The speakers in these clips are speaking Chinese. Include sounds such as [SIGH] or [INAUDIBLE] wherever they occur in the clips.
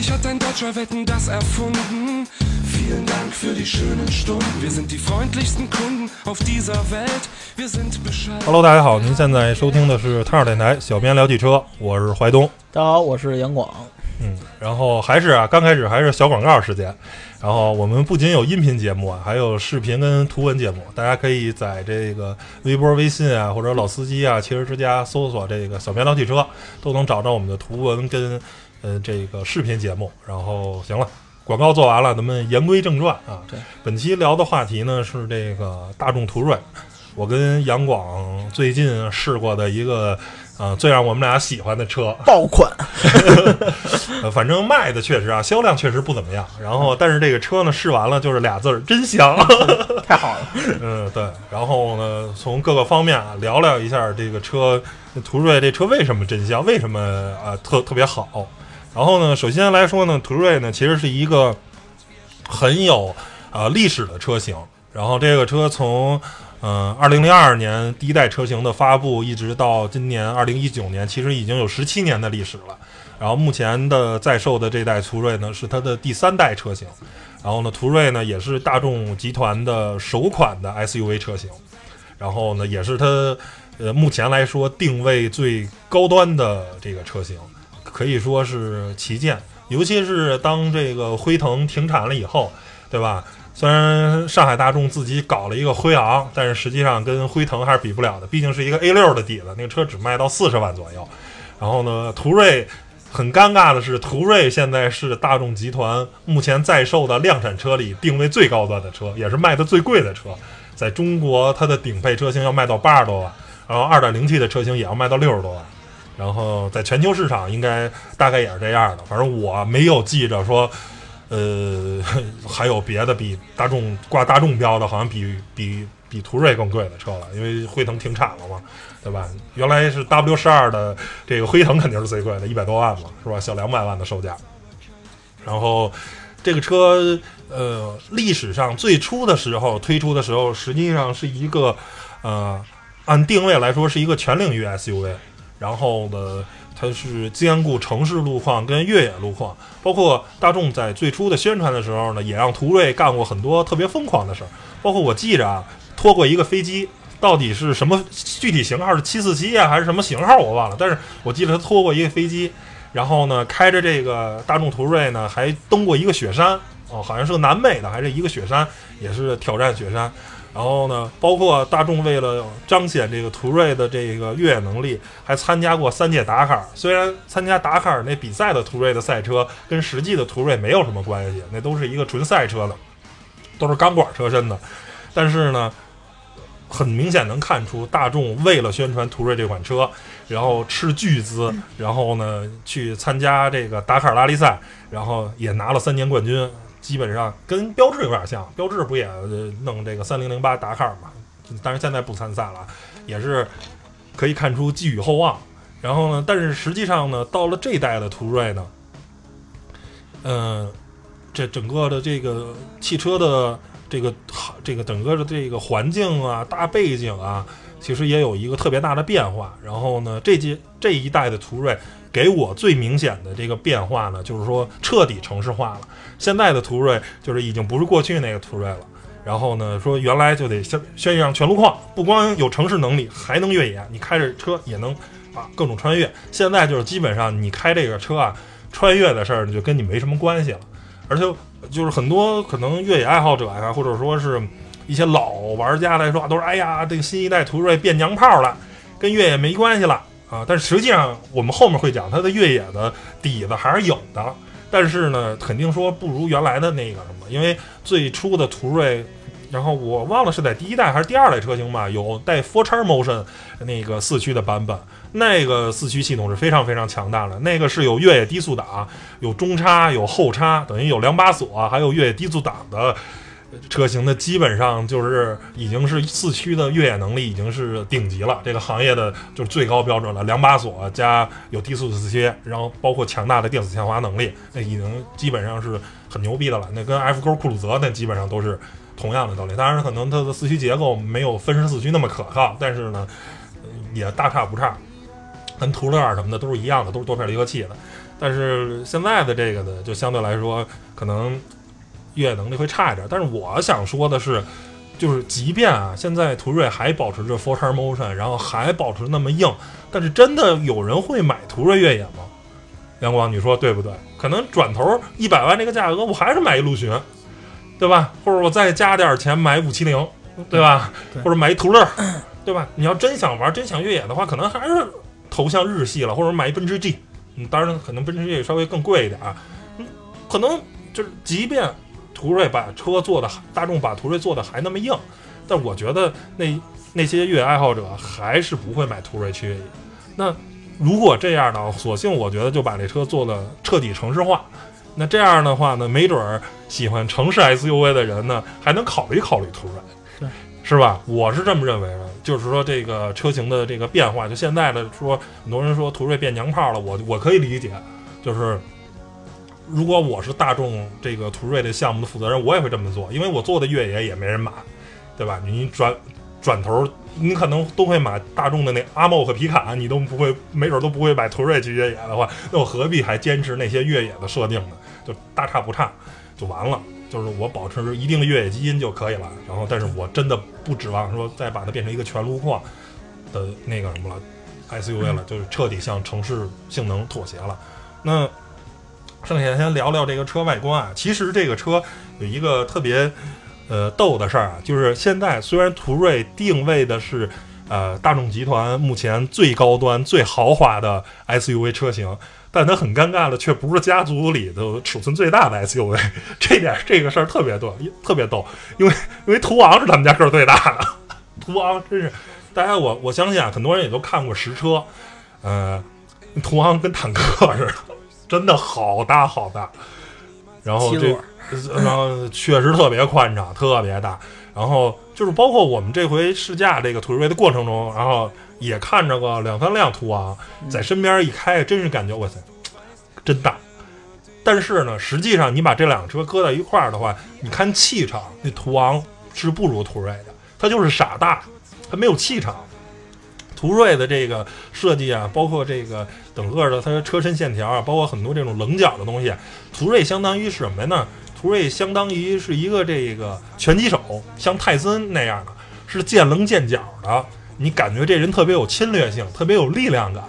Forscher wetten das erfunden. Vielen Dank für die schönen Stunden. Wir sind die freundlichsten Kunden auf dieser Welt. Wir sind bescheiden. Hello，大家好，您现在收听的是汤尔电台小编聊汽车，我是怀东。大家好，我是杨广。嗯，然后还是啊，刚开始还是小广告时间。然后我们不仅有音频节目啊，还有视频跟图文节目，大家可以在这个微博、微信啊，或者老司机啊、汽车之家搜索这个“小编聊汽车”，都能找到我们的图文跟呃这个视频节目。然后行了，广告做完了，咱们言归正传啊。对，本期聊的话题呢是这个大众途锐，我跟杨广最近试过的一个。啊、最让我们俩喜欢的车，爆款，呃，反正卖的确实啊，销量确实不怎么样。然后，但是这个车呢，试完了就是俩字儿，真香。太好了。嗯，对。然后呢，从各个方面啊，聊聊一下这个车，途锐这车为什么真香，为什么啊、特特别好。然后呢，首先来说呢，途锐呢其实是一个很有啊、历史的车型。然后这个车从嗯二零零二年第一代车型的发布，一直到今年二零一九年，其实已经有十七年的历史了。然后目前的在售的这代途锐呢，是它的第三代车型。然后呢，途锐呢也是大众集团的首款的 SUV 车型，然后呢也是它呃目前来说定位最高端的这个车型，可以说是旗舰。尤其是当这个辉腾停产了以后，对吧？虽然上海大众自己搞了一个辉昂，但是实际上跟辉腾还是比不了的，毕竟是一个 A 六的底子，那个车只卖到四十万左右。然后呢，途锐很尴尬的是，途锐现在是大众集团目前在售的量产车里定位最高端的车，也是卖的最贵的车。在中国，它的顶配车型要卖到八十多万，然后二点零 T 的车型也要卖到六十多万。然后在全球市场应该大概也是这样的，反正我没有记着说，呃， [LAUGHS] 还有别的比大众挂大众标的，好像比比比途锐更贵的车了，因为辉腾停产了嘛，对吧？原来是 W 十二的这个辉腾肯定是最贵的，一百多万嘛，是吧？小两百万的售价。然后这个车，呃，历史上最初的时候推出的时候，实际上是一个，呃，按定位来说是一个全领域 SUV。然后呢，它是兼顾城市路况跟越野路况，包括大众在最初的宣传的时候呢，也让途锐干过很多特别疯狂的事儿，包括我记着啊，拖过一个飞机。到底是什么具体型号？是七四七啊，还是什么型号？我忘了。但是我记得他拖过一个飞机，然后呢，开着这个大众途锐呢，还登过一个雪山哦，好像是个南美的，还是一个雪山，也是挑战雪山。然后呢，包括大众为了彰显这个途锐的这个越野能力，还参加过三届达喀尔。虽然参加达喀尔那比赛的途锐的赛车跟实际的途锐没有什么关系，那都是一个纯赛车的，都是钢管车身的，但是呢，很明显能看出大众为了宣传途锐这款车，然后斥巨资，然后呢去参加这个达喀尔拉力赛，然后也拿了三年冠军，基本上跟标志有点像，标志不也呃弄这个三零零八达喀尔嘛，但是现在不参赛了，也是可以看出寄予厚望。然后呢，但是实际上呢，到了这一代的途锐呢，嗯、这整个的这个汽车的这个这个整个的这个环境啊、大背景啊，其实也有一个特别大的变化。然后呢，这届这一代的途锐给我最明显的这个变化呢，就是说彻底城市化了。现在的途锐就是已经不是过去那个途锐了。然后呢，说原来就得宣宣扬全路况，不光有城市能力，还能越野，你开着车也能啊各种穿越。现在就是基本上你开这个车啊，穿越的事儿就跟你没什么关系了。而且就是很多可能越野爱好者啊，或者说是一些老玩家来说，啊，都是哎呀，这个新一代途锐变娘炮了，跟越野没关系了啊。但是实际上，我们后面会讲它的越野的底子还是有的，但是呢，肯定说不如原来的那个什么，因为最初的途锐。然后我忘了是在第一代还是第二代车型吧，有带 Four 叉 Motion 那个四驱的版本，那个四驱系统是非常非常强大的，那个是有越野低速档，有中差，有后叉，等于有两把锁，还有越野低速档的车型呢，基本上就是已经是四驱的越野能力已经是顶级了，这个行业的就是最高标准了，两把锁加有低速四驱，然后包括强大的电子限滑能力，那已经基本上是很牛逼的了。那跟 F 勾库鲁泽那基本上都是同样的道理，当然可能它的四驱结构没有分时四驱那么可靠，但是呢，呃也大差不差。跟途乐啊什么的都是一样的，都是多片离合器的。但是现在的这个呢，就相对来说可能越野能力会差一点。但是我想说的是，就是即便啊，现在途锐还保持着 four star motion，然后还保持那么硬，但是真的有人会买途锐越野吗？阳光，你说对不对？可能转头一百万这个价格，我还是买一陆巡，对吧？或者我再加点钱买五七零，对吧？对或者买一途乐，对吧？你要真想玩、真想越野的话，可能还是投向日系了，或者买一奔驰 G。嗯，当然可能奔驰 G 稍微更贵一点啊。嗯，可能就是即便途锐把车做的，大众把途锐做的还那么硬，但我觉得那那些越野爱好者还是不会买途锐去越野。那如果这样呢，索性我觉得就把这车做的彻底城市化。那这样的话呢，没准儿喜欢城市 SUV 的人呢，还能考虑考虑途锐。是吧？我是这么认为的，就是说这个车型的这个变化，就现在的说，很多人说途锐变娘炮了，我我可以理解，就是如果我是大众这个途锐的项目的负责人，我也会这么做，因为我做的越野也没人买，对吧？你转转头，你可能都会买大众的那阿茂和皮卡，你都不会，没准都不会买途锐去越野的话，那我何必还坚持那些越野的设定呢？就大差不差就完了。就是我保持一定的越野基因就可以了。然后，但是我真的不指望说再把它变成一个全路况的那个什么了，SUV 了，就是彻底向城市性能妥协了。那剩下先聊聊这个车外观啊。其实这个车有一个特别呃逗的事儿啊，就是现在虽然途锐定位的是呃大众集团目前最高端、最豪华的 SUV 车型，但它很尴尬的却不是家族里头尺寸最大的 SUV。这 [LAUGHS] 点这个事儿特别逗，特别逗，因为因为途昂是他们家个儿最大的，途昂真是，大家我我相信啊，很多人也都看过实车，呃，途昂跟坦克似的，真的好大好大，然后七这座然后确实特别宽敞，特别大，然后就是包括我们这回试驾这个途锐的过程中，然后也看着个两三辆途昂嗯在身边一开，真是感觉哇塞，真大。但是呢，实际上你把这两个车搁在一块儿的话，你看气场，那途昂是不如途锐的，它就是傻大，它没有气场。途锐的这个设计啊，包括这个整个的它的车身线条啊，包括很多这种棱角的东西，途锐相当于是什么呢？途锐相当于是一个这个拳击手，像泰森那样的，是见棱见角的，你感觉这人特别有侵略性，特别有力量感。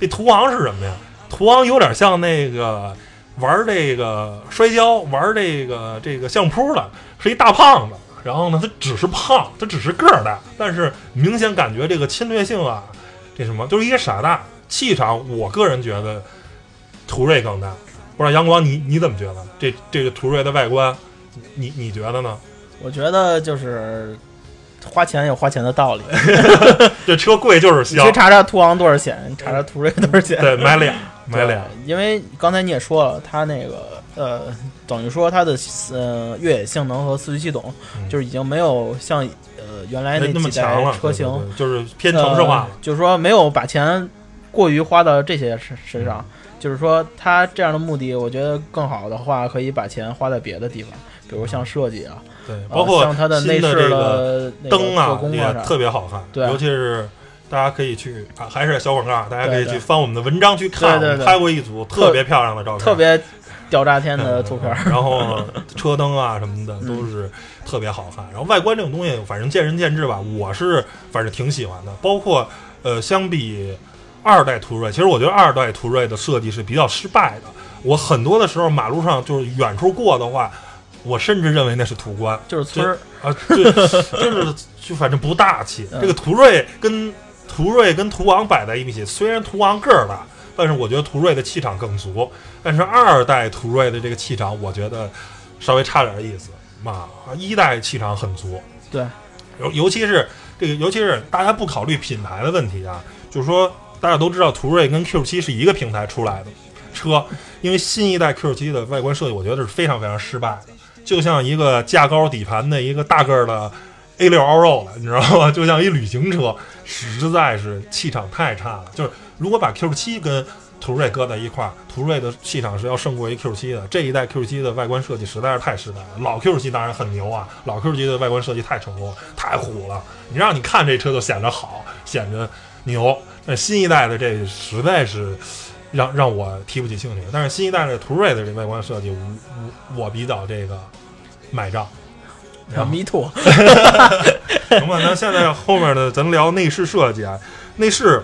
这途昂是什么呀？途昂有点像那个玩这个摔跤、玩这个这个相扑的，是一大胖子。然后呢，他只是胖，他只是个儿大，但是明显感觉这个侵略性啊，这什么就是一个傻大气场。我个人觉得途锐更大，不知道阳光你你怎么觉得？这这个途锐的外观，你你觉得呢？我觉得就是花钱有花钱的 [LAUGHS] 道理，这车贵就是你香去，查查途昂多少钱，你查查途锐多少钱。对，买俩买俩，对因为刚才你也说了，它那个呃，等于说它的呃越野性能和四驱系统，嗯就是已经没有像呃原来那么几强代了，车型对对对就是偏城市化呃了，就是说没有把钱过于花到这些身身上。嗯就是说，它这样的目的，我觉得更好的话，可以把钱花在别的地方，比如嗯像设计啊，对，呃包括像它的新内饰这个的那个灯做啊工也啊啥特别好看，对啊尤其是大家可以去啊，还是小广告，大家可以去对对翻我们的文章去看，对对对我们拍过一组特别漂亮的照片，特别屌炸天的嗯图片儿。然后车灯啊什么的嗯都是特别好看。然后外观这种东西，反正见仁见智吧。我是反正挺喜欢的，包括呃，相比二代途锐，其实我觉得二代途锐的设计是比较失败的。我很多的时候马路上就是远处过的话，我甚至认为那是途观。就是村儿，啊，对， [LAUGHS] 就是就反正不大气。嗯这个途锐跟途锐跟途昂摆在一起，虽然途昂个儿大，但是我觉得途锐的气场更足。但是二代途锐的这个气场，我觉得稍微差点意思嘛。一代气场很足，对，尤尤其是这个，尤其是大家不考虑品牌的问题啊，就是说大家都知道途锐跟 Q 7是一个平台出来的车，因为新一代 Q 7的外观设计，我觉得是非常非常失败的，就像一个架高底盘的一个大个儿的 A 6 a 肉了，你知道吗？ [LAUGHS] 就像一旅行车，实在是气场太差了。就是如果把 Q 7跟途锐搁在一块儿，途锐的气场是要胜过于 Q 7的。这一代 Q 7的外观设计实在是太失败了。老 Q 7当然很牛啊，老 Q 7的外观设计太成功了，太虎了。你让你看这车就显得好，显得牛，但是新一代的这实在是让让我提不起兴趣。但是新一代的途锐的这外观设计，我我我比较这个买账。然后 Me too，行吧，那现在后面的咱聊内饰设计啊，内饰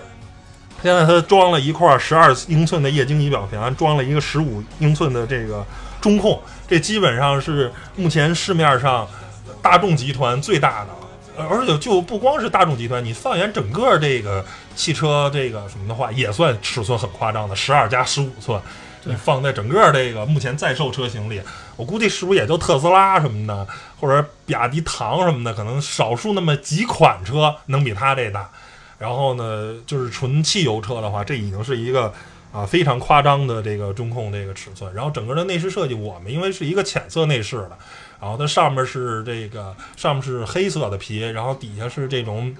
现在它装了一块十二英寸的液晶仪表盘，装了一个十五英寸的这个中控，这基本上是目前市面上呃大众集团最大的了。呃而且就不光是大众集团，你放眼整个这个汽车这个什么的话，也算尺寸很夸张的，十二加十五寸，你放在整个这个目前在售车型里，我估计是不是也就特斯拉什么的，或者比亚迪唐什么的，可能少数那么几款车能比它这大。然后呢，就是纯汽油车的话，这已经是一个啊非常夸张的这个中控这个尺寸。然后整个的内饰设计，我们因为是一个浅色内饰的，然后它上面是这个上面是黑色的皮，然后底下是这种。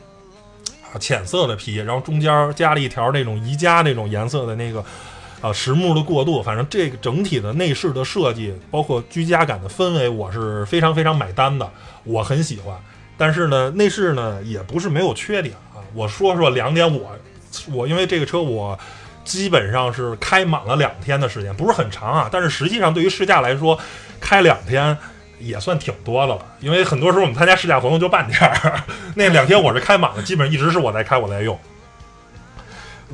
啊，浅色的皮，然后中间加了一条那种宜家那种颜色的那个啊实木的过渡，反正这个整体的内饰的设计，包括居家感的氛围，我是非常非常买单的，我很喜欢。但是呢，内饰呢也不是没有缺点啊。我说说两点我，我因为这个车我基本上是开满了两天的时间，不是很长啊，但是实际上对于试驾来说，开两天。也算挺多了吧，因为很多时候我们参加试驾活动就半天儿， [LAUGHS] 那两天我是开满了，基本上一直是我在开，我在用。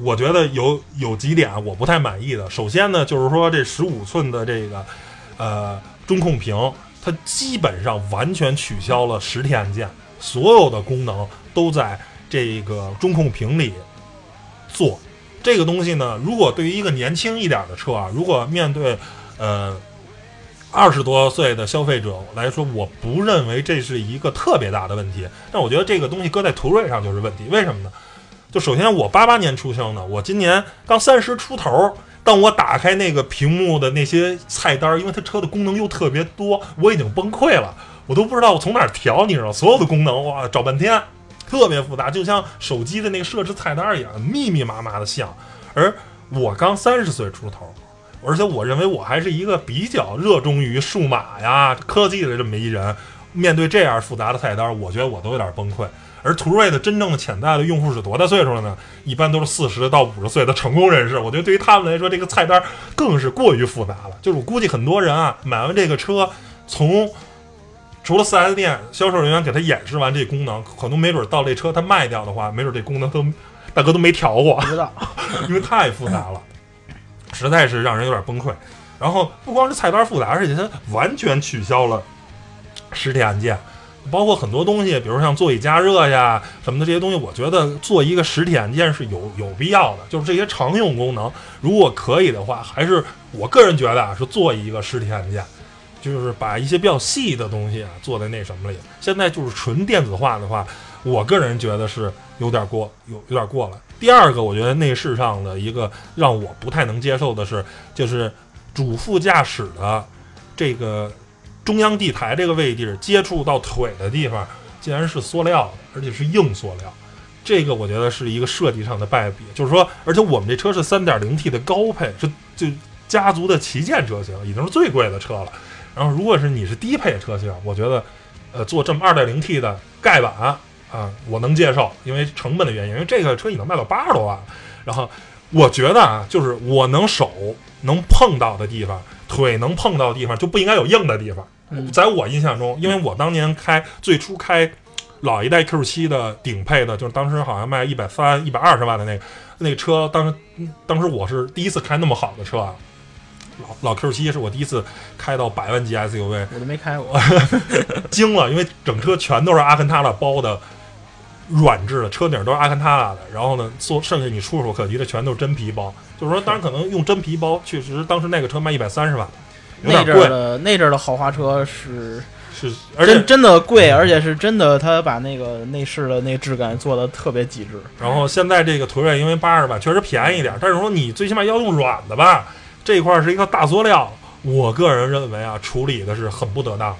我觉得有有几点啊我不太满意的。首先呢，就是说这十五寸的这个呃中控屏，它基本上完全取消了实体按键，所有的功能都在这个中控屏里做。这个东西呢，如果对于一个年轻一点的车啊，如果面对呃二十多岁的消费者来说，我不认为这是一个特别大的问题。但我觉得这个东西搁在途锐上就是问题，为什么呢？就首先我八八年出生的，我今年刚三十出头。当我打开那个屏幕的那些菜单，因为它车的功能又特别多，我已经崩溃了，我都不知道我从哪儿调，你知道，所有的功能哇找半天，特别复杂，就像手机的那个设置菜单一样，密密麻麻的像。而我刚三十岁出头，而且我认为我还是一个比较热衷于数码呀、科技的这么一人，面对这样复杂的菜单，我觉得我都有点崩溃。而途锐的真正的潜在的用户是多大岁数了呢？一般都是四十到五十岁的成功人士。我觉得对于他们来说，这个菜单更是过于复杂了。就是我估计很多人啊，买完这个车，从除了 4S 店销售人员给他演示完这功能，可能没准到这车他卖掉的话，没准这功能都大哥都没调过不。知道，因为太复杂了，实在是让人有点崩溃。然后不光是菜单复杂，而且它完全取消了实体按键，包括很多东西，比如像座椅加热呀什么的这些东西，我觉得做一个实体按键是有有必要的。就是这些常用功能，如果可以的话，还是我个人觉得啊，是做一个实体按键。就是把一些比较细的东西啊做在那什么里。现在就是纯电子化的话，我个人觉得是有点过，有有点过了。第二个，我觉得内饰上的一个让我不太能接受的是，就是主副驾驶的这个中央地台这个位置接触到腿的地方，竟然是塑料的，而且是硬塑料。这个我觉得是一个设计上的败笔，就是说，而且我们这车是 3.0T 的高配，是就家族的旗舰车型，已经是最贵的车了。然后如果是你是低配车型，我觉得，呃，做这么 2.0T 的盖板啊、我能接受，因为成本的原因，因为这个车已经卖到八十多万了。然后我觉得啊，就是我能手能碰到的地方，腿能碰到的地方就不应该有硬的地方。嗯在我印象中，因为我当年开最初开老一代 Q 7的顶配的，就是当时好像卖一百三、一百二十万的那个那个车，当时当时我是第一次开那么好的车啊。老老 Q 7是我第一次开到百万级 SUV，我都没开 [LAUGHS] 过。惊了，因为整车全都是阿肯塔拉包的软质的，车顶都是阿肯塔拉的。然后呢，做剩下你触手可及的全都是真皮包。就是说，当然可能用真皮包，确实当时那个车卖一百三十万，有那点阵儿贵。的那阵儿的豪华车是是，而且真真的贵，而且是真的，他把那个内饰的那质感做的特别极致。然后现在这个途锐因为八十万确实便宜一点，但是说你最起码要用软的吧，这一块是一个大塑料，我个人认为啊，处理的是很不得当的，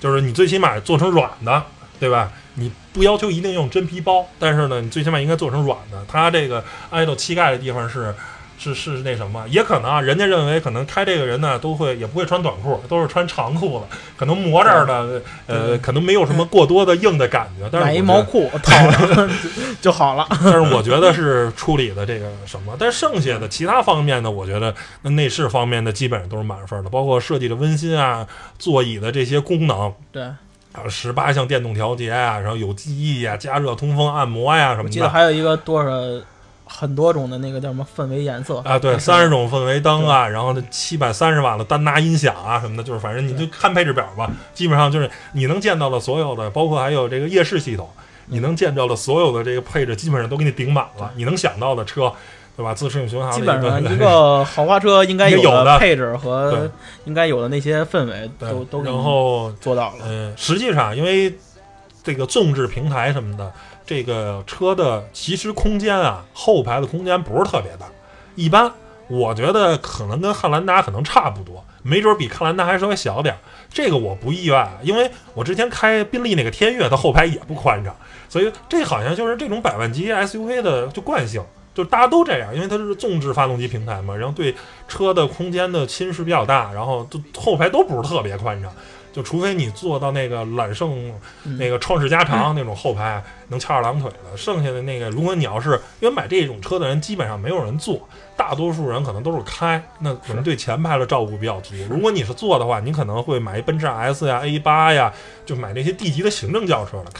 就是你最起码做成软的，对吧？你不要求一定用真皮包，但是呢，你最起码应该做成软的。它这个挨到膝盖的地方是是是那什么，也可能啊，人家认为可能开这个人呢，都会也不会穿短裤，都是穿长裤的，可能磨这儿呢，呃，可能没有什么过多的硬的感觉。但是买我一觉毛得 [LAUGHS] 裤套上就就好了。但是我觉得是处理的这个什么，但是剩下的其他方面呢，我觉得那内饰方面的基本上都是满分的，包括设计的温馨啊，座椅的这些功能对，啊，十八项电动调节啊，然后有记忆啊，加热、通风、按摩呀、什我么记得的。还有一个多少很多种的那个叫什么氛围颜色啊，对，三十种氛围灯啊，然后七百三十瓦的单纳音响啊什么的，就是反正你就看配置表吧，基本上就是你能见到的所有的，包括还有这个夜视系统，你能见到的所有的这个配置，基本上都给你顶满了，你能想到的车，对吧？自适应巡航的基本上一一个豪华车应该应该有的的配置对和应该有的那些氛围对都都给然你后做到了。嗯，实际上因为这个纵置平台什么的，这个车的其实空间啊，后排的空间不是特别大，一般。我觉得可能跟汉兰达可能差不多，没准比汉兰达还稍微小点儿。这个我不意外，因为我之前开宾利那个天越，它后排也不宽敞，所以这好像就是这种百万级 SUV 的就惯性，就大家都这样，因为它是纵置发动机平台嘛，然后对车的空间的侵蚀比较大，然后都后排都不是特别宽敞。就除非你坐到那个揽胜嗯那个创世加长那种后排能翘二郎腿的，剩下的那个，如果你要是因为买这种车的人，基本上没有人坐，大多数人可能都是开，那可能对前排的照顾比较足。如果你是坐的话，你可能会买一奔驰 S 呀、A 八呀，就买那些 D 级的行政轿车了。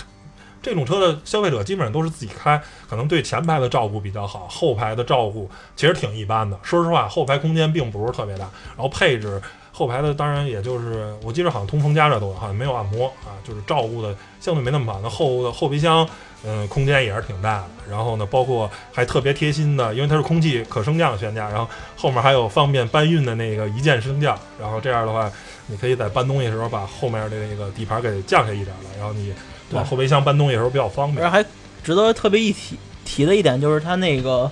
这种车的消费者基本上都是自己开，可能对前排的照顾比较好，后排的照顾其实挺一般的。说实话，后排空间并不是特别大，然后配置后排的当然也就是我记得好像通风加热都有，好像没有按摩啊，就是照顾的相对没那么满。那后后备箱，嗯，空间也是挺大的。然后呢，包括还特别贴心的，因为它是空气可升降悬架，然后后面还有方便搬运的那个一键升降。然后这样的话，你可以在搬东西的时候把后面的那个底盘给降下一点了，然后你往对后备箱搬东西的时候比较方然便。后还值得特别一提提的一点就是它那个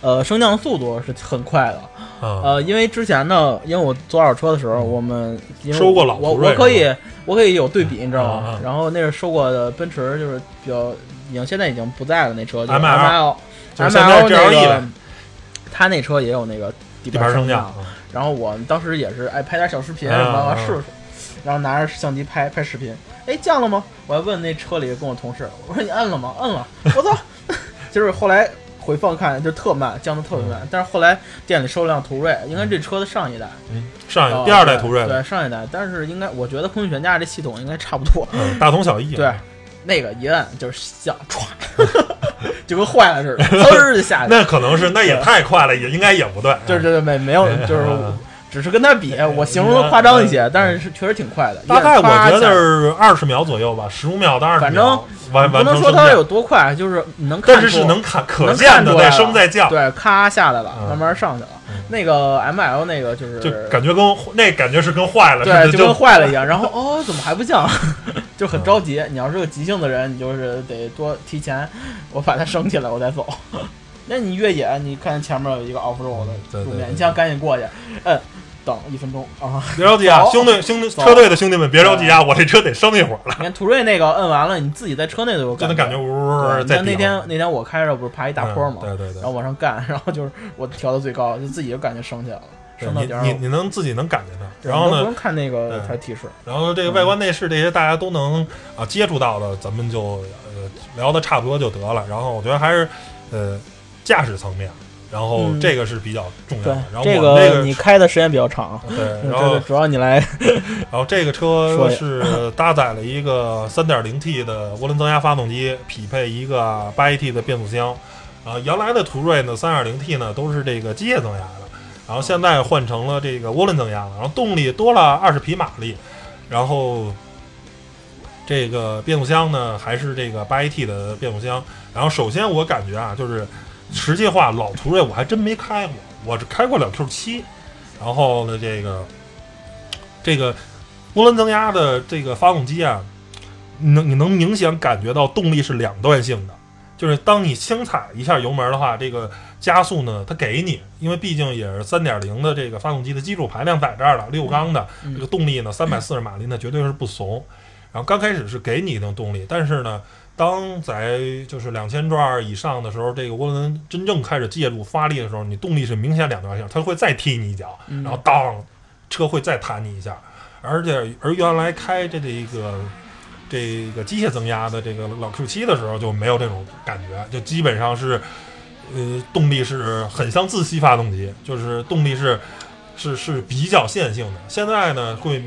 呃升降速度是很快的。啊，呃，因为之前呢，因为我坐二手车的时候，我们因为收过老我途锐我是吧可以我可以有对比，你知道啊啊吗？然后那是收过的奔驰，就是比较已经现在已经不在了那车，就是 ML M L 就是现 M 在 L 那 GLE 个了，它那车也有那个底底盘升升降。啊然后我当时也是哎拍点小视频什么啊啊的试试，然后拿着相机拍拍视频，哎降了吗？我还问那车里跟我同事，我说你摁了吗？摁了，我操！ [LAUGHS] 就是后来回放看就特慢，降的特别慢。但是后来店里收了辆途锐，应该这车的上一代，嗯，上哦一第二代途锐对了，对上一代，但是应该我觉得空气悬架这系统应该差不 [LAUGHS] 多，嗯，大同小异。对。那个一摁就是响，歘， [LAUGHS] 就跟坏了似的，嗖儿就下去了。那可能是，那也太快了，也应该也不对。对对对，没没有，就是嗯只是跟它比，哎我形容的夸张一些，但是是确实挺快的。大概我觉一摁啪得下去是二十秒左右吧，十五秒到二十反秒正，完不完能成说升它降有。多快，就是你能看但出，是是能看可能见看的出在来升在降，对，咔下来了嗯，慢慢上去了嗯。那个 M L 那个就是就感觉跟那感觉是跟坏了似的，对，就就跟坏了一样。然后哦，怎么还不降？ [LAUGHS] 就很着嗯急。你要是个急性的人，你就是得多提前，我把它升起来，我再走。 [LAUGHS] 那你越野，你看前面有一个 off 对 road 的嗯对路对面，你想赶紧过去，嗯，等一分钟啊。别着急啊，走兄弟兄弟，走车队的兄弟们别着急啊，我这车得升一会儿了，你看途锐那个摁完了，你自己在车内都有就能感觉呜呜呜对你在像那地天上那天我开着不是爬一大坡嘛，嗯对对然对，后往上干， [LAUGHS] 然后就是我调到最高，就自己就感觉升起来了，升到点对儿你上你你能自己能感觉到，对然后你都呢，不用看那个对它提示，然后这个外观内饰这些大家都能啊接触到的，咱们就呃聊的差不多就得了。然后我觉得还是呃驾驶层面，然后嗯这个是比较重要的。然后这我们这你开的时间比较长，对，这然后个主要你来然后这个车说呀是搭载了一个 3.0T 的涡轮增压发动机，匹配一个 8AT 的变速箱。啊，原来的途锐呢，3.0T 呢都是这个机械增压的，然后现在换成了这个涡轮增压了，然后动力多了20匹马力，然后这个变速箱呢还是这个 8AT 的变速箱。然后首先我感觉啊，就是实际话老途锐我还真没开过，我只开过了 Q 7然后呢这个这个涡轮增压的这个发动机啊，你能你能明显感觉到动力是两段性的，就是当你轻踩一下油门的话，这个加速呢它给你，因为毕竟也是三点零的这个发动机的基础排量在这儿了，六缸的嗯这个动力呢三百四十马力呢绝对是不怂。然后刚开始是给你一定动力，但是呢，当在就是两千转以上的时候，这个涡轮真正开始介入发力的时候，你动力是明显两条线，它会再踢你一脚，嗯然后当车会再弹你一下，而且而原来开这这个这个机械增压的这个老 Q 七的时候就没有这种感觉，就基本上是呃动力是很像自吸发动机，就是动力是是是比较线性的。现在呢会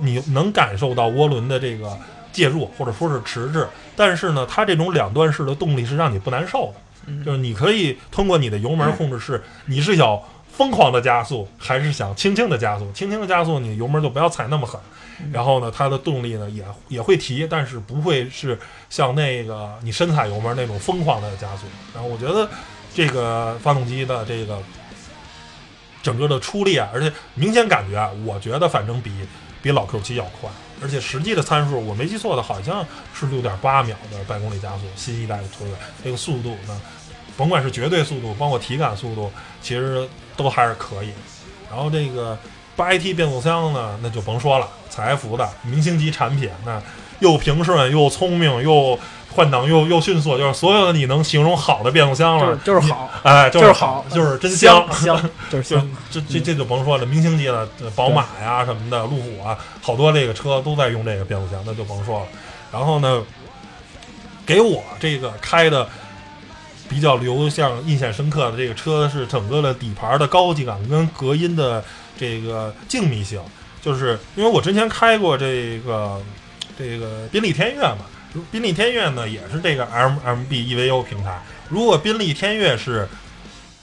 你能感受到涡轮的这个介入或者说是迟滞，但是呢，它这种两段式的动力是让你不难受的，就是你可以通过你的油门控制是你是想疯狂的加速，还是想轻轻的加速？轻轻的加速，你油门就不要踩那么狠。然后呢，它的动力呢也也会提，但是不会是像那个你深踩油门那种疯狂的加速。然后我觉得这个发动机的这个整个的出力啊，而且明显感觉啊，我觉得反正比比老 Q 七要快，而且实际的参数我没记错的，好像是六点八秒的百公里加速，新一代的途锐这个速度呢，甭管是绝对速度，包括体感速度，其实都还是可以。然后这个八 AT 变速箱呢，那就甭说了，采埃孚的明星级产品，那又平顺又聪明又换挡又又迅速，就是所有的你能形容好的变速箱了，就是就是好，哎， [LAUGHS] 就就是是好就是真 [LAUGHS] 香香 [LAUGHS] 香就是就香，这这这就甭说了，明星级的呃宝马呀什么的，路虎啊，好多这个车都在用这个变速箱，那就甭说了。然后呢，给我这个开的比较留下印象深刻的这个车是整个的底盘的高级感跟隔音的这个静谧性，就是因为我之前开过这个这个宾利天越嘛，如宾利天越呢也是这个 M M B E V O 平台，如果宾利天越是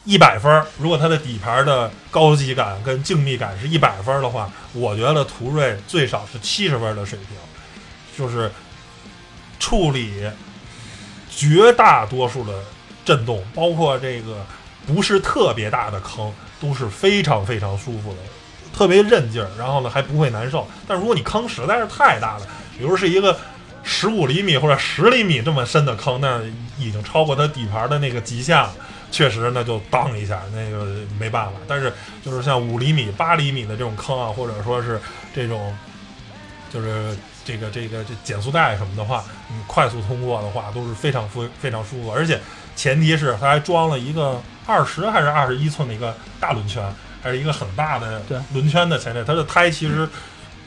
一百分儿，如果它的底盘的高级感跟静谧感是一百分儿的话，我觉得途锐最少是七十分儿的水平，就是处理绝大多数的震动，包括这个不是特别大的坑，都是非常非常舒服的，特别韧劲儿，然后呢还不会难受。但如果你坑实在是太大了，比如是一个十五厘米或者十厘米这么深的坑，那已经超过它底盘的那个极限了。确实，那就当一下，那个没办法。但是就是像五厘米、八厘米的这种坑啊，或者说是这种，就是这个这个这减速带什么的话，你快速通过的话都是非常舒非常舒服，而且前提是它还装了一嗯个二十还是二十一寸的一个大轮圈，还是一个很大的对轮圈的前列。它的胎其实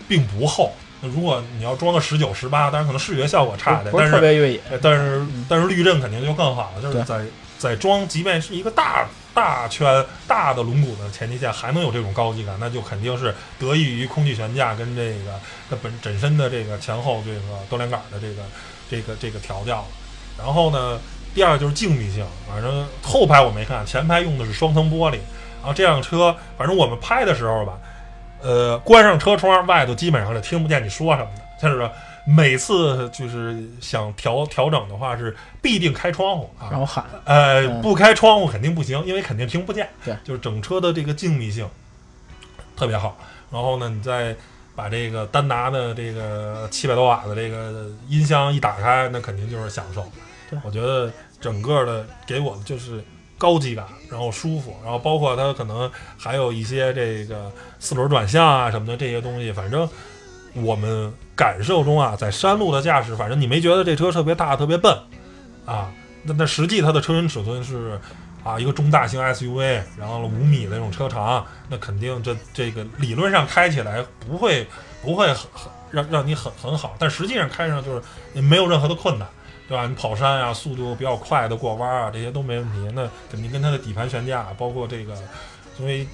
并不厚，那如果你要装个十九、十八，当然可能视觉效果差一点，不但是是特别越野，哎但是但是滤震肯定就更好了，就对是在在装，即便是一个大大圈大的轮毂的前提下，还能有这种高级感，那就肯定是得益于空气悬架跟这个它本本身的这个前后这个多连杆的这个这个这个调教了。然后呢，第二就是静谧性，反正后排我没看，前排用的是双层玻璃。然后这辆车，反正我们拍的时候吧，呃，关上车窗，外头基本上是听不见你说什么的。就是说每次就是想调调整的话，是必定开窗户然啊，后喊，呃，嗯不开窗户肯定不行，因为肯定听不见。对就是整车的这个静谧性特别好。然后呢，你再把这个丹拿的这个七百多瓦的这个音箱一打开，那肯定就是享受对。我觉得整个的给我的就是高级感，然后舒服，然后包括它可能还有一些这个四轮转向啊什么的这些东西，反正我们感受中啊，在山路的驾驶，反正你没觉得这车特别大、特别笨啊，那那实际它的车身尺寸是啊一个中大型 SUV，然后五米的那种车长，那肯定这这个理论上开起来不会不会很很让让你很很好，但实际上开上就是也没有任何的困难。对吧？你跑山啊，速度比较快的过弯啊，这些都没问题。那肯定跟它的底盘悬架，包括这个，因为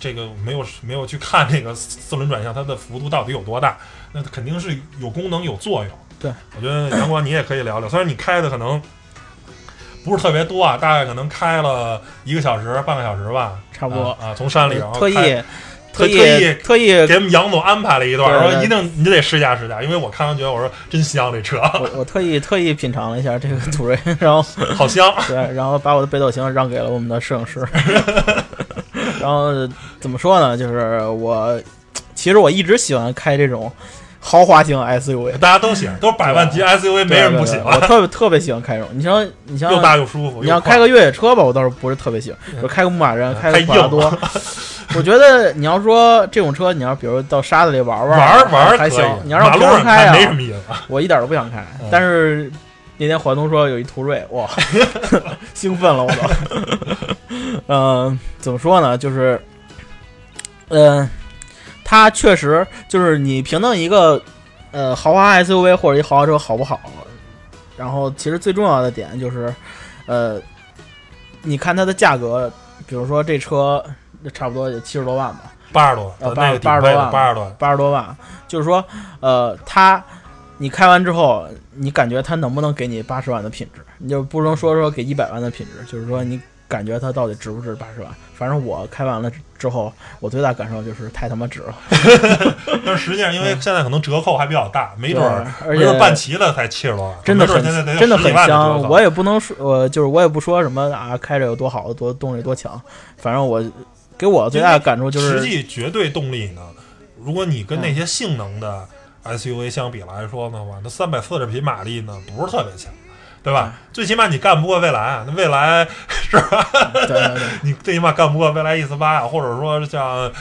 这个没有没有去看这个四四轮转向它的幅度到底有多大，那肯定是有功能有作用。对，我觉得阳光你也可以聊聊，虽然你开的可能不是特别多啊，大概可能开了一个小时、半个小时吧，差不多呃啊，啊从山里然后特开意特意意特意，给我们杨总安排了一段，对对说一定你得试驾试驾，因为我看完觉得我说真香这车， [LAUGHS] 我我特意特意品尝了一下这个途锐， [LAUGHS] 然后好香。 [LAUGHS] 对，然后把我的北斗星让给了我们的摄影师。 [LAUGHS] 然后怎么说呢？就是我，其实我一直喜欢开这种豪华型 SUV，大家都喜欢，都是百万级 SUV，没人不喜对对欢，对我特别特别喜欢开这种。你像你像又大又舒服。你要又快开个越野车吧，我倒是不是特别喜欢，嗯就开个牧马人，嗯开个普拉多。 [LAUGHS] 我觉得你要说这种车，你要比如到沙子里玩玩儿玩玩儿还可以行。你要让马平路常上开看啊没，什么意思。我一点儿都不想开嗯。但是那天华东说有一途锐，哇， [LAUGHS] 兴奋了我都。嗯、怎么说呢？就是，嗯、它确实就是你评论一个呃豪华 SUV 或者一豪华车好不好，然后其实最重要的点就是，呃，你看它的价格，比如说这车差不多也七十多万吧，八十多，呃咱那个顶配的八八十多，八十多万，就是说，呃，它你开完之后，你感觉它能不能给你八十万的品质？你就不能说说给一百万的品质，就是说你感觉它到底值不值八十万？反正我开完了之后，我最大感受就是太他妈值了，但是实际上因为现在可能折扣还比较大，没准儿对没而准儿办且。齐了才七十多万，真的没准很儿现在得有真的10很万折香，扣我也不能说，呃，就是我也不说什么啊，开着有多好，多动力多强，反正我给我最大的感触就实是，嗯际绝对动力呢，如果你跟那些性能的 SUV 相比来说的话，那三百四十匹马力呢不是特别强，对吧？嗯最起码你干不过蔚来，啊那蔚来是吧？对对 [LAUGHS] 对，你最起码干不过蔚来 E 四八啊，或者说像。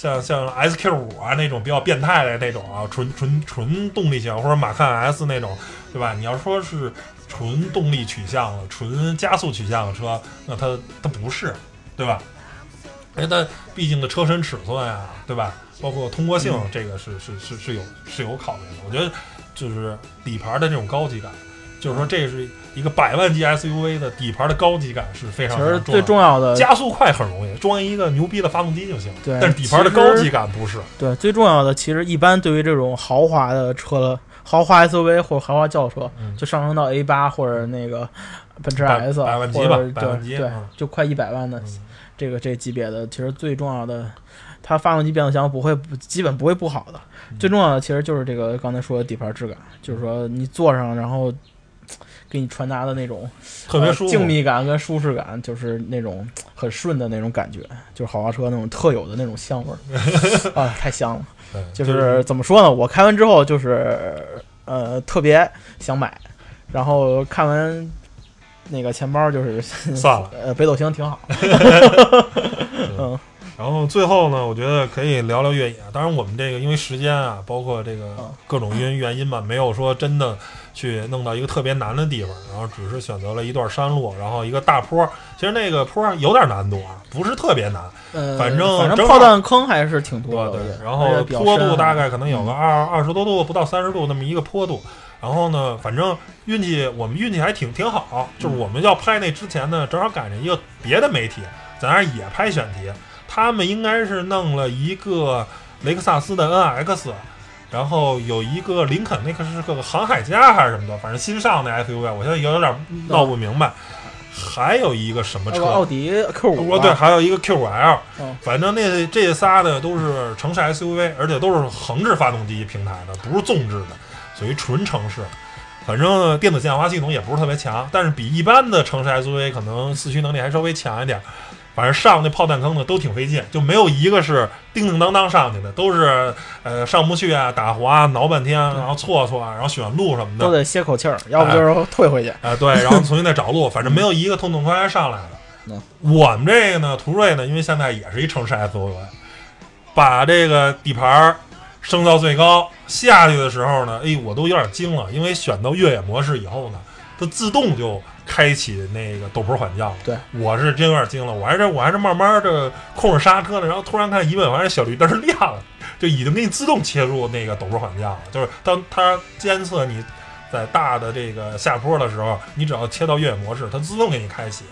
像像 S Q 五啊那种比较变态的那种啊，纯纯纯动力型或者马看 S 那种，对吧？你要说是纯动力取向的、纯加速取向的车，那它它不是，对吧？哎，但毕竟的车身尺寸呀、对吧？包括通过性，这个是是是是有是有考虑的。我觉得就是底盘的这种高级感，就是说这是一个百万级 SUV 的底盘的高级感是非其常非实常重最要的。重要的加速快很容易，装一个牛逼的发动机就行。呃对但是底盘的高级感不是。对，最重要的其实一般对于这种豪华的车了，豪华 SUV 或者豪华轿车，嗯就上升到 A 八或者那个奔驰百 S 百万级或吧者百万级对对嗯，就快一百万的嗯这个这级别的，其实最重要的，它发动机变速箱不会不基本不会不好的，嗯最重要的其实就是这个刚才说的底盘质感，就是说你坐上然后。给你传达的那种特别舒服，呃静谧感跟舒适感，就是那种很顺的那种感觉，就是豪华车那种特有的那种香味 [LAUGHS] 儿啊，太香了。对就就是怎么说呢？我开完之后就是呃特别想买，然后看完那个钱包就是算了。呃北斗星挺好，然后最后呢，我觉得可以聊聊越野。当然，我们这个因为时间啊，包括这个嗯各种原原因吧，没有说真的去弄到一个特别难的地方，然后只是选择了一段山路，然后一个大坡。其实那个坡有点难度啊，不是特别难。呃，反正反正正好炮弹坑还是挺多的，对我觉得然而后且比较坡度深大概可能有个二二十多度，不到三十度那么一个坡度。然后呢，反正运气我们运气还挺挺好，就是我们要拍那之前呢，正好赶上一个别的媒体，在那儿也拍选题，他们应该是弄了一个雷克萨斯的 NX。然后有一个林肯，那个是个航海家还是什么的，反正新上的 SUV，我现在有点嗯闹不明白。还有一个什么那车？个哦奥迪 Q 五啊我对，还有一个 Q5L，、嗯反正那这仨呢都是城市 SUV，而且都是横置发动机平台的，不是纵置的，属于纯城市。反正呢电子限滑系统也不是特别强，但是比一般的城市 SUV 可能四驱能力还稍微强一点。反正上那炮弹坑呢都挺费劲，就没有一个是叮叮当当上去的，都是呃上不去啊，打滑挠半天，然后错错啊，然后选路什么的都。得歇口气儿，要不就是退回去。啊，对，然后重新再找路，反正没有一个痛痛快快上来的嗯。我们这个呢，途锐呢，因为现在也是一城市 SUV，把这个底盘儿升到最高，下去的时候呢，哎，我都有点惊了，因为选到越野模式以后呢，它自动就开启那个陡坡缓降了。对，我是真有点惊了，我还是我还是慢慢的控制刹车呢，然后突然看一本完小绿灯亮了，就已经给你自动切入那个陡坡缓降了，就是当它监测你在大的这个下坡的时候，你只要切到越野模式，它自动给你开启，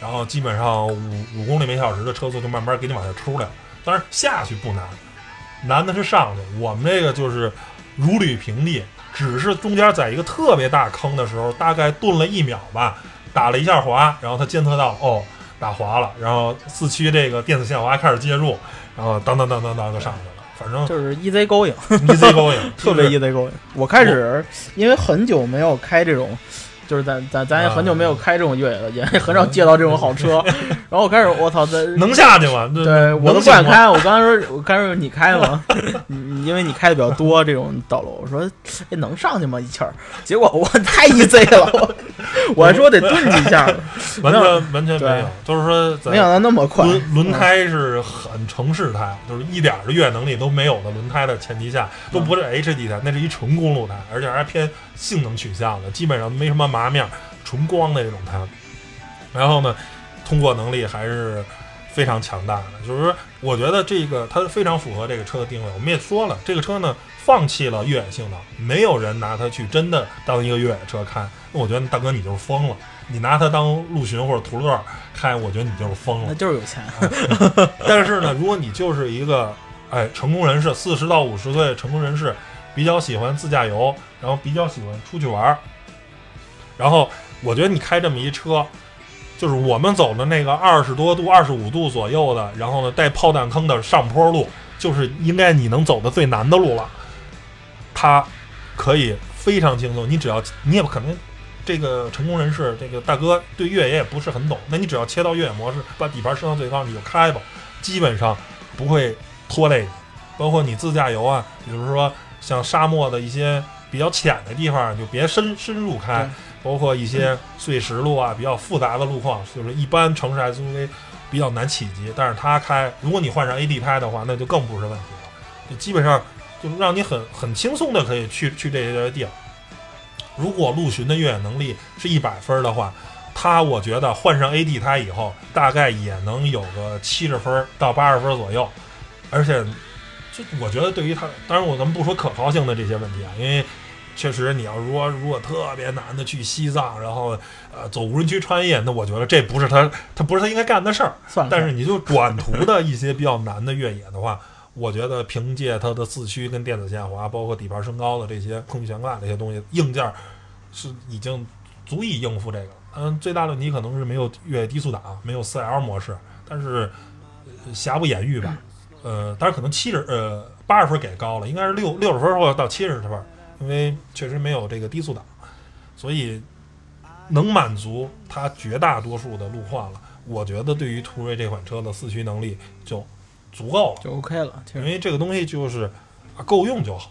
然后基本上五五公里每小时的车速就慢慢给你往下出来。当然下去不难，难的是上去。我们这个就是如履平地，只是中间在一个特别大坑的时候，大概顿了一秒吧，打了一下滑，然后它监测到哦打滑了，然后四驱这个电子限滑开始介入，然后当当当当当就上去了。反正就是 E EZ 勾引， easy going，特别 EZ 勾引。我开始因为很久没有开这种，就是咱咱咱也啊很久没有开这种越野了，也 [LAUGHS] 很少借到这种好 [LAUGHS] 车。然后我开始，我操，在能下去吗？对对我都不敢。开。我刚才说，我刚才说你 [LAUGHS] 开吗？你你因为你开的比较多这种道路，我说哎能上去吗一气儿？结果我太 easy 了， [LAUGHS] 我我还说得顿几下，完全完全没有对，就是说在没想到那么快。轮轮胎是很城市胎，就是一点儿的越野能力都没有的轮胎的前提下，都不是 HD 胎，那是一纯公路胎，而且还偏性能取向的，基本上没什么麻麻面，纯光的这种它。然后呢，通过能力还是非常强大的，就是说我觉得这个它非常符合这个车的定位。我们也说了，这个车呢放弃了越野性能，没有人拿它去真的当一个越野车开。那我觉得大哥你就是疯了，你拿它当陆巡或者途乐开，我觉得你就是疯了那。就是有钱。但是呢，如果你就是一个哎成功人士，四十到五十岁的成功人士，比较喜欢自驾游，然后比较喜欢出去玩儿，然后我觉得你开这么一车，就是我们走的那个二十多度、二十五度左右的，然后呢带炮弹坑的上坡路，就是应该你能走的最难的路了。它可以非常轻松，你只要你也不可能。这个成功人士，这个大哥对越野也不是很懂，那你只要切到越野模式，把底盘升到最高，你就开吧。基本上不会拖累你。包括你自驾游啊，比如说像沙漠的一些比较浅的地方，就别深深入开对。包括一些碎石路啊，比较复杂的路况，就是一般城市 SUV 比较难企及。但是它开，如果你换上 AD 开的话，那就更不是问题了。就基本上就让你很很轻松的可以去去这些地儿。如果陆巡的越野能力是一百分儿的话，它我觉得换上 AD 胎以后，大概也能有个七十分儿到八十分儿左右，而且就我觉得对于它，当然我咱们不说可靠性的这些问题啊，因为确实你要说如果特别难的去西藏，然后呃走无人区穿越，那我觉得这不是他他不是他应该干的事儿。算了，但是你就短途的一些比较难的越野的话，我觉得凭借它的四驱跟电子下滑，包括底盘升高的这些空气悬挂这些东西，硬件是已经足以应付这个了。嗯，最大的问题可能是没有越野低速档，没有 4L 模式，但是呃瑕不掩瑜吧。呃，当然可能七十呃八十分给高了，应该是六六十分或者到七十分，因为确实没有这个低速档，所以能满足它绝大多数的路况了。我觉得对于途锐这款车的四驱能力就足够了，就 OK 了。其因实为这个东西就是啊够用就好，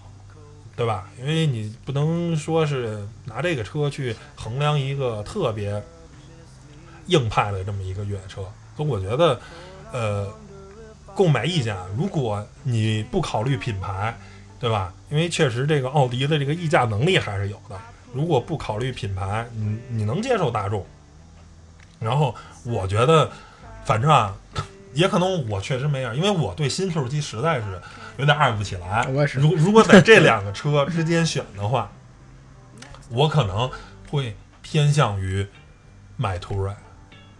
对吧？因为你不能说是拿这个车去衡量一个特别硬派的这么一个越野车，所以我觉得，呃，购买意见啊，如果你不考虑品牌，对吧？因为确实这个奥迪的这个溢价能力还是有的。如果不考虑品牌，你你能接受大众，然后我觉得，反正啊， [LAUGHS] 也可能我确实没样，因为我对新 Q 七实在是有点爱不起来。我也是如如果在这两个车之间选的话，我可能会偏向于买途锐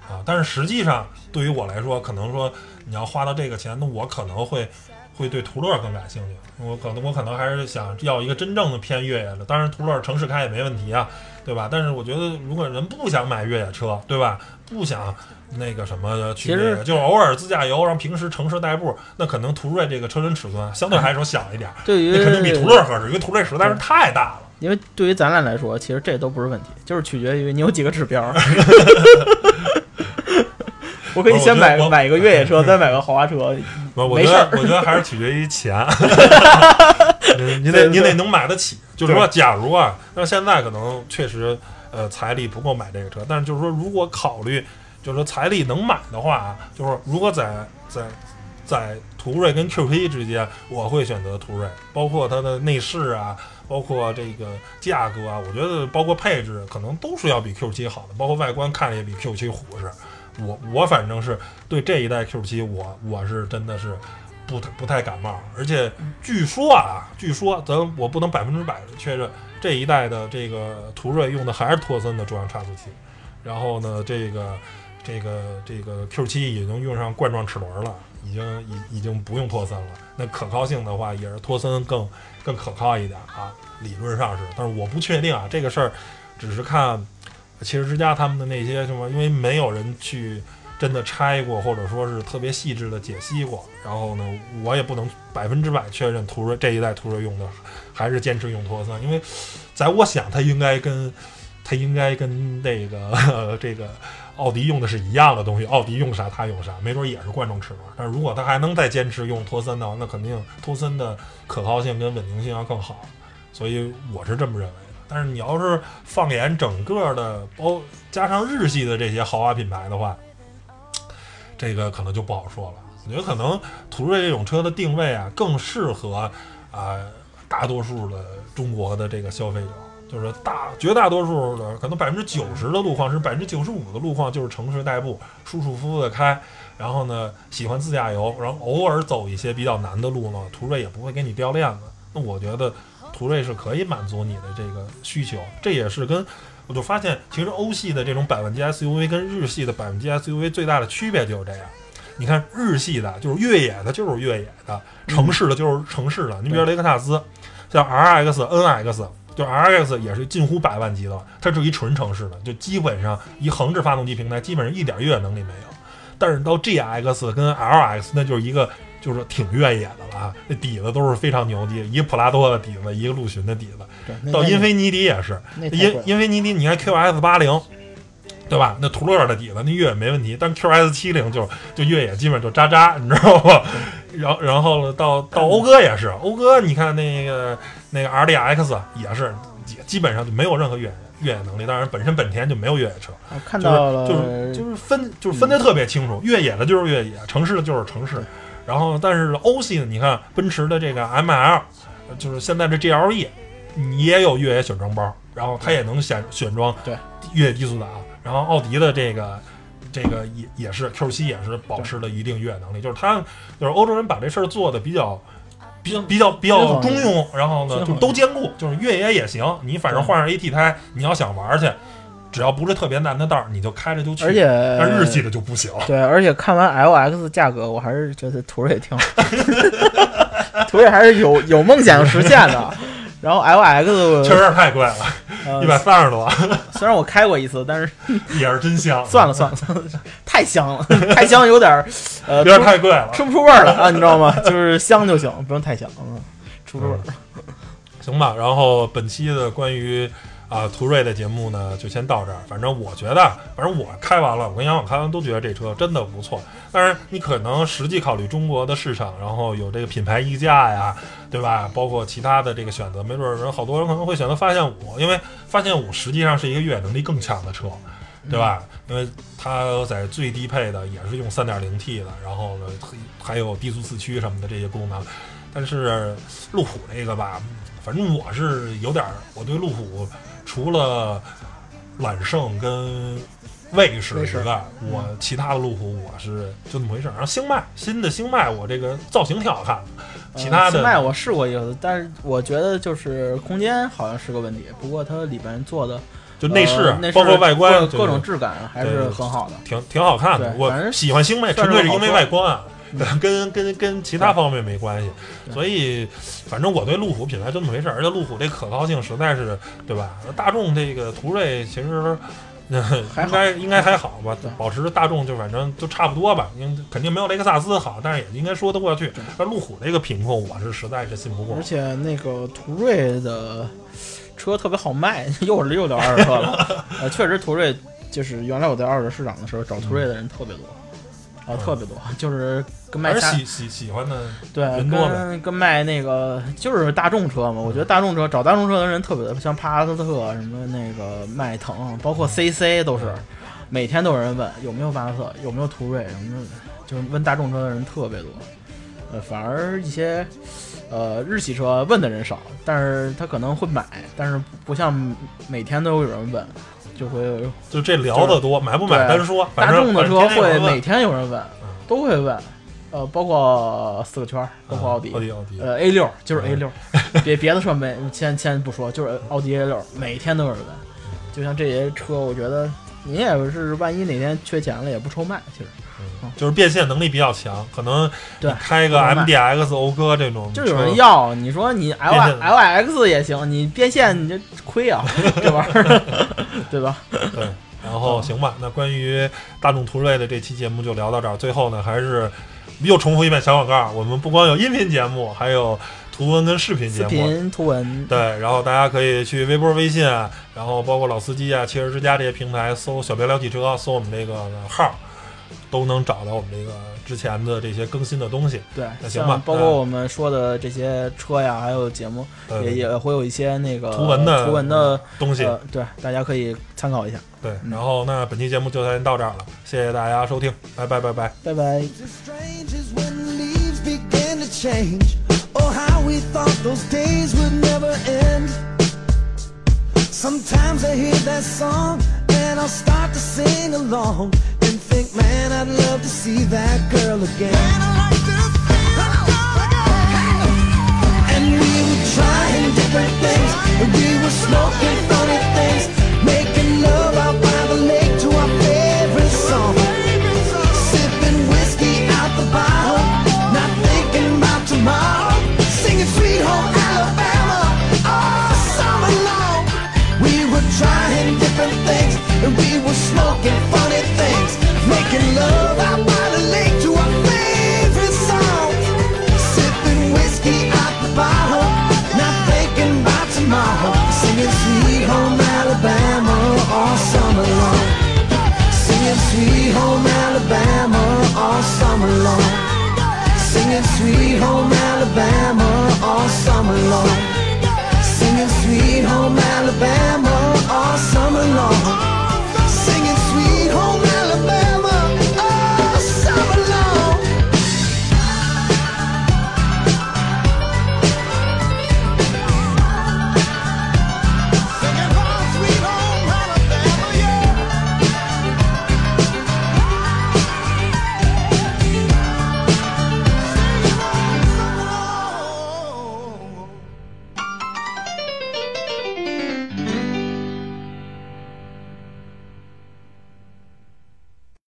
啊，但是实际上对于我来说，可能说你要花到这个钱，那我可能会会对途乐更感兴趣。我可能我可能还是想要一个真正的偏越野的。当然，途乐城市开也没问题啊，对吧？但是我觉得，如果人不想买越野车，对吧？不想那个什么去其实那个，就是偶尔自驾游，然后平时城市代步，那可能途锐这个车身尺寸相对来说小一点， [LAUGHS] 对于那肯定比途乐合适，因为途锐实在是太大了。因为对于咱俩来说，其实这都不是问题，就是取决于你有几个指标。 [LAUGHS] 我可以先买哦我觉得我买一个越野车，再买个豪华车。我我没觉事儿得我觉得还是取决于钱， [LAUGHS] 您您得您得能买得起。就是说，假如啊，那现在可能确实呃财力不够买这个车，但是就是说，如果考虑就是说财力能买的话啊，就是如果在在在途锐跟 QT 之间，我会选择途锐，包括它的内饰啊，包括这个价格啊，我觉得包括配置可能都是要比 Q7 好的，包括外观看着也比 Q7 虎实。我我反正是对这一代 Q7，我我是真的是不太不太感冒，而且据说啊，据说咱我不能百分之百确认，这一代的这个途锐用的还是托森的中央差速器，然后呢，这个这个这个 Q7 已经用上冠状齿轮了，已经已已经不用托森了。那可靠性的话，也是托森更更可靠一点啊，理论上是，但是我不确定啊，这个事儿只是看汽车之家他们的那些什么，因为没有人去真的拆过，或者说是特别细致的解析过。然后呢，我也不能百分之百确认途锐这一代途锐用的还是坚持用托森，因为在我想，它应该跟它应该跟那个、 [LAUGHS] 这个奥迪用的是一样的东西，奥迪用啥它用啥，没准也是贯众齿轮。但如果它还能再坚持用托森的话，那肯定托森的可靠性跟稳定性要更好。所以我是这么认为的。但是你要是放眼整个的，包加上日系的这些豪华品牌的话，这个可能就不好说了。我觉得可能途锐这种车的定位啊，更适合啊、大多数的中国的这个消费者。就是大绝大多数的，可能百分之九十的路况，甚至百分之九十五的路况就是城市代步，舒舒服服的开。然后呢，喜欢自驾游，然后偶尔走一些比较难的路呢，途锐也不会给你掉链子。那我觉得途锐是可以满足你的这个需求，这也是跟我就发现，其实欧系的这种百万级 SUV 跟日系的百万级 SUV 最大的区别就是这样。你看日系的，就是越野的，就是越野的；城市的，就是城市的。你比如雷克萨斯，像 RX、NX，就 RX 也是近乎百万级的，它是一纯城市的，就基本上一横置发动机平台，基本上一点越野能力没有。但是到 GX 跟 LX 那就是一个就是挺越野的了啊，那底子都是非常牛逼，一个普拉多的底子，一个陆巡的底子。对，那到英菲尼迪也是，那太贵因了因为你你你看 QS 八零，对吧？那途乐的底子，那越野没问题，但 QS 七零就就越野基本就渣渣，你知道吗？然后然后呢，到到讴歌也是，讴歌你看那个那个 RDX 啊也是，也基本上就没有任何越野越野能力。当然，本身本田就没有越野车，我看就到是了，就是就是分就是分得特别清楚，越野的就是越野，城市的就是城市对。然后，但是欧系呢，你看奔驰的这个 ML，呃就是现在的 GLE，你也有越野选装包，然后它也能选选装对越野低速档。啊然后奥迪的这个这个也也是 Q 7也是保持了一定越野能力，就是他就是欧洲人把这事儿做的比较。比较比较比较中庸，然后呢，均衡就是都兼顾，就是越野也行。你反正换上 AT 胎，你要想玩儿去，只要不是特别难的道儿，你就开着就去。而且但日系的就不行。对，而且看完 LX 价格，我还是觉得途锐挺好， [LAUGHS] 途锐还是有有梦想实现的。然后 LX 确实太贵了，呃一百三十多， [LAUGHS] 虽然我开过一次，但是也是真香。算了算了，算了太香了， [LAUGHS] 太香有点儿呃有点太贵了。吃不出味儿了啊，你知道 [LAUGHS] 吗？就是香就行，不用太香，嗯，出出味儿。行吧，然后本期的关于啊途锐的节目呢，就先到这儿。反正我觉得，反正我开完了，我跟杨总开完都觉得这车真的不错。当然，你可能实际考虑中国的市场，然后有这个品牌溢价呀，对吧？包括其他的这个选择，没准儿人好多人可能会选择发现五，因为发现五实际上是一个越野能力更强的车。对吧？因为它在最低配的也是用 3.0T 的，然后呢还有低速四驱什么的这些功能，但是路虎这个吧，反正我是有点儿，我对路虎除了揽胜跟卫士卫以士外，我嗯其他的路虎我是就那么回事儿。然后星脉新的星脉，我这个造型挺好看的，其他呃的新迈我试过一次，但是我觉得就是空间好像是个问题，不过它里边做的就内饰、啊呃内包括外观各就是各种质感还对是对很好的。挺挺好看的。对我反正喜欢星脉，算纯粹是是好因为车外观啊， [LAUGHS] 跟跟跟其他方面没关系。对所以，反正我对路虎品牌就那么回事儿。而且路虎这可靠性实在是，对吧？大众这个途锐其实。嗯 [LAUGHS] 还应好该应该还好吧对，保持大众就反正就差不多吧，因为肯定没有雷克萨斯好，但是也应该说得过去。但路虎这个品控，我是实在是信不过而。且那个途锐的车特别好卖，又是又聊二手车 [LAUGHS] 了。呃，确实途锐就是原来我在二手市场的时候找途锐的人特别多，啊、嗯特别多，就是跟卖而家喜喜喜欢的，对人多呗跟跟卖那个就是大众车嘛。我觉得大众车找大众车的人特别多，像帕萨特什么那个迈腾，包括 CC 都是嗯，每天都有人问有没有帕萨特，有没有途锐什么的，就是问大众车的人特别多。呃，反而一些呃日系车问的人少，但是他可能会买，但是不像每天都有人问，就会有就这聊得多，买不买对单说。反大正众的反正天车天有会人问嗯每天有人问，都会问，呃，包括四个圈儿，包括奥迪，嗯奥迪奥迪，呃，A 六就是 A 嗯六，别别的车没先先不说，就是奥迪 A 六，每天都有人问。就像这些车，我觉得你也是，万一哪天缺钱了也不愁卖。其实就是变现能力比较强，可能你对开个不能卖 MDX 讴歌这种就有车人要，你说你 L 变现 L X 也行，你变现你这亏 [LAUGHS] 啊，这玩意儿，对吧？对。然后嗯行吧，那关于大众途锐的这期节目就聊到这儿。最后呢，还是又重复一遍小广告，我们不光有音频节目，还有图文跟视频节视目。频图文，对，然后大家可以去微博、微信啊，然后包括老司机啊、汽车之家这些平台搜“小编聊汽车”，搜我们这个号儿，都能找到我们这个之前的这些更新的东西。对，那行像吧包嗯括我们说的这些车呀，还有节目，呃，也也会有一些那个图文的图文的，东西、呃，对，大家可以参考一下。对。然后那本期节目就先到这儿了，谢谢大家收听，拜拜拜拜。拜拜。 It's as strange as when leaves began to change. Oh, how we thought those days would never end. Sometimes I hear that song and I'll start to sing along and think, man, I'd love to see that girl again. And we were trying different things, and we were smoking funny things, making love out by the lake to our favorite song, sipping whiskey out the bottle, not thinking about tomorrow, singing sweet home Alabama all summer long. We were trying different things, and we were smoking funny things, making love out by the lake to our favorite song, sipping whiskey out the bottle, not thinking about tomorrow, singing sweet home Alabama all summer long singing sweet home Alabama all summer long. Singing sweet home Alabama